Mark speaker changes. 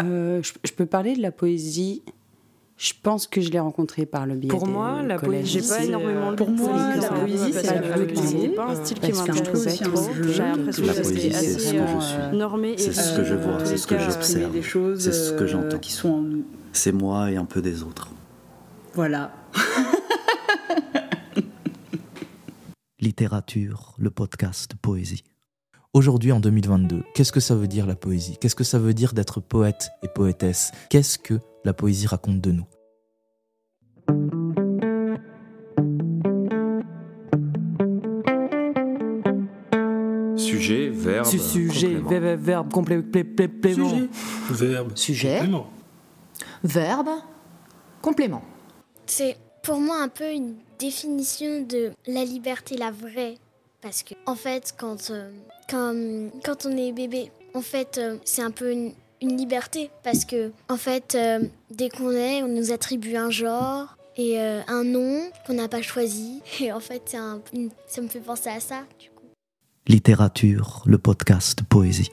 Speaker 1: Euh, je, je peux parler de la poésie. Je pense que je l'ai rencontrée par le biais
Speaker 2: Pour
Speaker 1: des
Speaker 2: moi, la
Speaker 1: collèges.
Speaker 2: poésie,
Speaker 3: J'ai pas
Speaker 2: c'est,
Speaker 3: énormément
Speaker 2: euh,
Speaker 3: lu
Speaker 4: Pour
Speaker 3: de
Speaker 4: moi,
Speaker 3: poésie,
Speaker 4: la
Speaker 3: c'est
Speaker 4: poésie,
Speaker 3: pas-
Speaker 4: c'est
Speaker 3: parce
Speaker 4: le
Speaker 3: que
Speaker 4: jeu.
Speaker 3: C'est pas un style qui
Speaker 1: Parce qu'un jeu,
Speaker 3: m'intéresse
Speaker 1: c'est un
Speaker 3: trop.
Speaker 4: jeu.
Speaker 3: J'ai l'impression que
Speaker 5: La
Speaker 3: c'était
Speaker 5: poésie, c'est
Speaker 3: assez
Speaker 5: ce que je
Speaker 3: euh,
Speaker 5: suis.
Speaker 3: normé et
Speaker 5: C'est ce que je
Speaker 3: euh,
Speaker 5: vois,
Speaker 3: dans tous
Speaker 5: c'est
Speaker 3: les
Speaker 5: ce que
Speaker 3: cas,
Speaker 4: Exprimer
Speaker 5: j'observe.
Speaker 4: des choses
Speaker 5: C'est ce que
Speaker 4: euh,
Speaker 5: j'entends.
Speaker 4: qui sont en nous.
Speaker 5: C'est moi et un peu des autres.
Speaker 4: Voilà.
Speaker 6: Littérature, le podcast Poésie.
Speaker 7: Aujourd'hui, en 2022, qu'est-ce que ça veut dire la poésie Qu'est-ce que ça veut dire d'être poète et poétesse Qu'est-ce que la poésie raconte de nous
Speaker 8: Sujet, verbe,
Speaker 9: Sujet,
Speaker 8: complément.
Speaker 9: verbe, verbe, complé- plé- plé- plément.
Speaker 10: Verbe.
Speaker 11: Sujet.
Speaker 10: Complément.
Speaker 11: Verbe. Complément.
Speaker 12: C'est pour moi un peu une définition de la liberté, la vraie. Parce que, en fait, quand, euh, quand, quand on est bébé, en fait, euh, c'est un peu une, une liberté. Parce que, en fait, euh, dès qu'on est, on nous attribue un genre et euh, un nom qu'on n'a pas choisi. Et en fait, c'est un- une- ça me fait penser à ça, du coup.
Speaker 6: Littérature, le podcast Poésie.